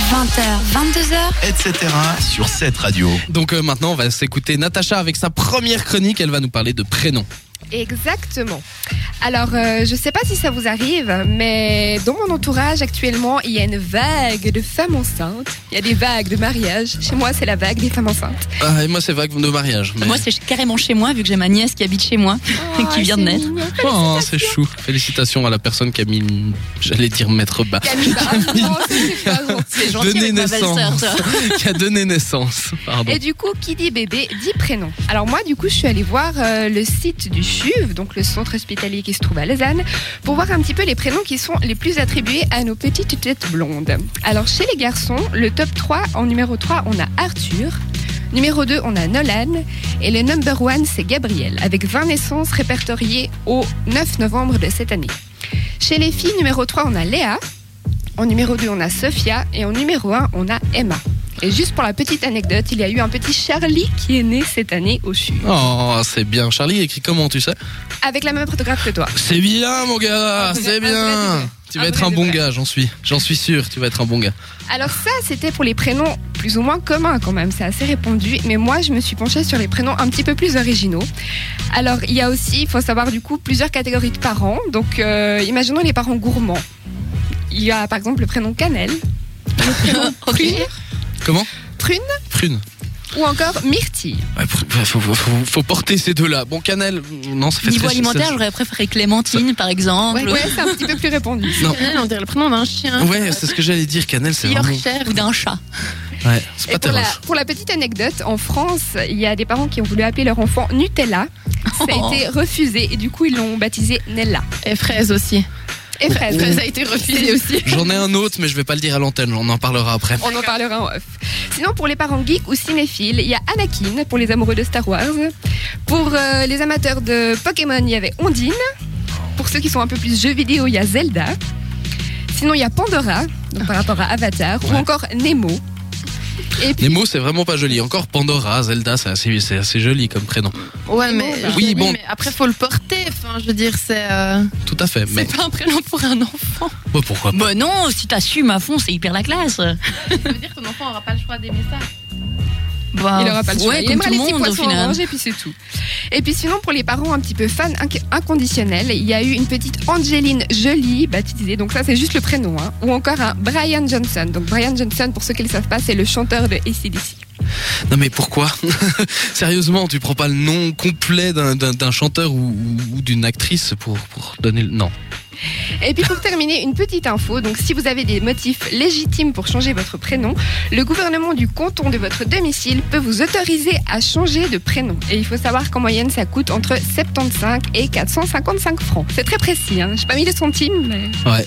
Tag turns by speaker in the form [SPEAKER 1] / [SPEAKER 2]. [SPEAKER 1] 20h, 22h.
[SPEAKER 2] etc. sur cette radio.
[SPEAKER 3] Donc euh, maintenant, on va s'écouter Natacha avec sa première chronique. Elle va nous parler de prénoms.
[SPEAKER 4] Exactement. Alors, euh, je ne sais pas si ça vous arrive, mais dans mon entourage actuellement, il y a une vague de femmes enceintes. Il y a des vagues de mariage. Chez moi, c'est la vague des femmes enceintes.
[SPEAKER 3] Ah, et moi, c'est vague de mariage. mais-
[SPEAKER 5] Moi, c'est carrément chez moi, vu que j'ai ma nièce qui habite chez moi. Qui vient de
[SPEAKER 4] Ah, c'est
[SPEAKER 5] naître.
[SPEAKER 4] mignon.
[SPEAKER 3] Oh, c'est chou. Félicitations à la personne qui a mis, une- j'allais dire maître bas,
[SPEAKER 4] Camille, bah, non, c'est pas gentil.
[SPEAKER 5] C'est gentil
[SPEAKER 3] Donner
[SPEAKER 5] avec ma
[SPEAKER 3] naissance.
[SPEAKER 5] belle-sœur, ça.
[SPEAKER 3] qui a donné naissance. Pardon.
[SPEAKER 4] Et du coup, qui dit bébé dit prénom. Alors moi, du coup, je suis allée voir euh, le site du CHUV, donc le centre hospitalier qui se trouve à Lausanne, pour voir un petit peu les prénoms qui sont les plus attribués à nos petites têtes blondes. Alors chez les garçons, le top 3, en numéro 3, on a Arthur. Numéro 2, on a Nolan. Et le number 1, c'est Gabriel, avec 20 naissances répertoriées au 9 novembre de cette année. Chez les filles, numéro 3, on a Léa. En numéro 2, on a Sophia. Et en numéro 1, on a Emma. Et juste pour la petite anecdote, il y a eu un petit Charlie qui est né cette année au CHU.
[SPEAKER 3] Oh, c'est bien. Charlie écrit comment, tu sais
[SPEAKER 4] Avec la même orthographe que toi.
[SPEAKER 3] C'est bien, mon gars.
[SPEAKER 5] Ah,
[SPEAKER 4] Un vrai-
[SPEAKER 3] C'est
[SPEAKER 4] un vrai de
[SPEAKER 3] bien.
[SPEAKER 4] vrai.
[SPEAKER 3] Tu
[SPEAKER 4] Un
[SPEAKER 3] vas être
[SPEAKER 4] vrai
[SPEAKER 3] un
[SPEAKER 4] de
[SPEAKER 3] bon
[SPEAKER 4] vrai.
[SPEAKER 3] gars, j'en suis. J'en suis sûr. Tu vas être un bon gars.
[SPEAKER 4] Alors ça, c'était pour les prénoms plus ou moins communs quand même, c'est assez répandu. Mais moi, je me suis penchée sur les prénoms un petit peu plus originaux. Alors, il y a aussi, il faut savoir du coup, plusieurs catégories de parents. Donc, euh, imaginons les parents gourmands. Il y a par exemple le prénom Cannelle,
[SPEAKER 5] Ok.
[SPEAKER 4] Prune
[SPEAKER 3] Comment
[SPEAKER 4] Prune.
[SPEAKER 3] Prune.
[SPEAKER 4] ou encore Myrtille.
[SPEAKER 3] Ouais, pr- faut, faut- faut- faut porter ces deux-là. Bon, Canel, non, ça fait
[SPEAKER 5] Niveau
[SPEAKER 3] très-
[SPEAKER 5] alimentaire, j'aurais préféré Clémentine, par exemple.
[SPEAKER 4] Ouais, c'est un petit peu plus répandu.
[SPEAKER 3] Non.
[SPEAKER 6] Cannelle, on dirait le prénom d'un chien.
[SPEAKER 3] Ouais, c'est ce que j'allais dire. Canel, c'est vraiment.
[SPEAKER 6] Yorkshire.
[SPEAKER 5] Ou d'un chat.
[SPEAKER 3] Ouais, c'est
[SPEAKER 4] Et
[SPEAKER 6] Ah,
[SPEAKER 3] pas
[SPEAKER 4] pour la,
[SPEAKER 3] terrible.
[SPEAKER 4] pour la petite anecdote, en France, il y a des parents qui ont voulu appeler leur enfant Nutella. Ça a
[SPEAKER 5] Oh.
[SPEAKER 4] été refusé et du coup, ils l'ont baptisé Nella.
[SPEAKER 6] Et fraise aussi.
[SPEAKER 4] Et fraise.
[SPEAKER 6] Fraise a été refusée aussi.
[SPEAKER 3] J'en ai un autre, mais je vais pas le dire à l'antenne. On en parlera après.
[SPEAKER 4] On en parlera en off. Sinon, pour les parents geeks ou cinéphiles, il y a Anakin pour les amoureux de Star Wars. Pour euh, les amateurs de Pokémon, il y avait Ondine. Pour ceux qui sont un peu plus jeux vidéo, il y a Zelda. Sinon, il y a Pandora, donc
[SPEAKER 6] Ah.
[SPEAKER 4] par rapport à Avatar, ou
[SPEAKER 3] Ouais.
[SPEAKER 4] encore Nemo. Et puis,
[SPEAKER 3] Les mots, c'est vraiment pas joli. Encore Pandora, Zelda, c'est assez, c'est assez joli comme prénom.
[SPEAKER 6] Ouais, mais,
[SPEAKER 3] Oui, bon.
[SPEAKER 6] mais après, faut le porter. Enfin, je veux dire, c'est. euh,
[SPEAKER 3] Tout à fait.
[SPEAKER 6] C'est
[SPEAKER 3] Mais
[SPEAKER 6] pas un prénom pour un enfant.
[SPEAKER 3] bah, pourquoi pas
[SPEAKER 5] Bah non, si t'assumes à fond, c'est hyper la classe.
[SPEAKER 6] Ça veut dire que ton enfant aura pas le choix d'aimer ça.
[SPEAKER 5] Bah,
[SPEAKER 4] il aura pas le choix.
[SPEAKER 5] ouais,
[SPEAKER 4] il
[SPEAKER 5] comme
[SPEAKER 4] aimera
[SPEAKER 5] tout
[SPEAKER 4] les
[SPEAKER 5] le
[SPEAKER 4] petits
[SPEAKER 5] monde, au
[SPEAKER 4] poissons
[SPEAKER 5] final.
[SPEAKER 4] orange et puis c'est tout. Et puis sinon, pour les parents un petit peu fans inc- inconditionnels, il y a eu une petite Angeline Jolie baptisée, donc ça c'est juste le prénom, hein, ou encore un Brian Johnson. Donc Brian Johnson, pour ceux qui ne le savent pas, c'est le chanteur de ACDC.
[SPEAKER 3] Non, mais pourquoi Sérieusement, tu prends pas le nom complet d'un- d'un d'un chanteur ou, ou- ou d'une actrice pour, pour donner le. Non.
[SPEAKER 4] Et puis pour terminer, une petite info, donc si vous avez des motifs légitimes pour changer votre prénom, le gouvernement du canton de votre domicile peut vous autoriser à changer de prénom. Et il faut savoir qu'en moyenne, ça coûte entre 75 et 455 francs. C'est très précis, hein. j'ai pas mis les centimes, mais...
[SPEAKER 3] Ouais.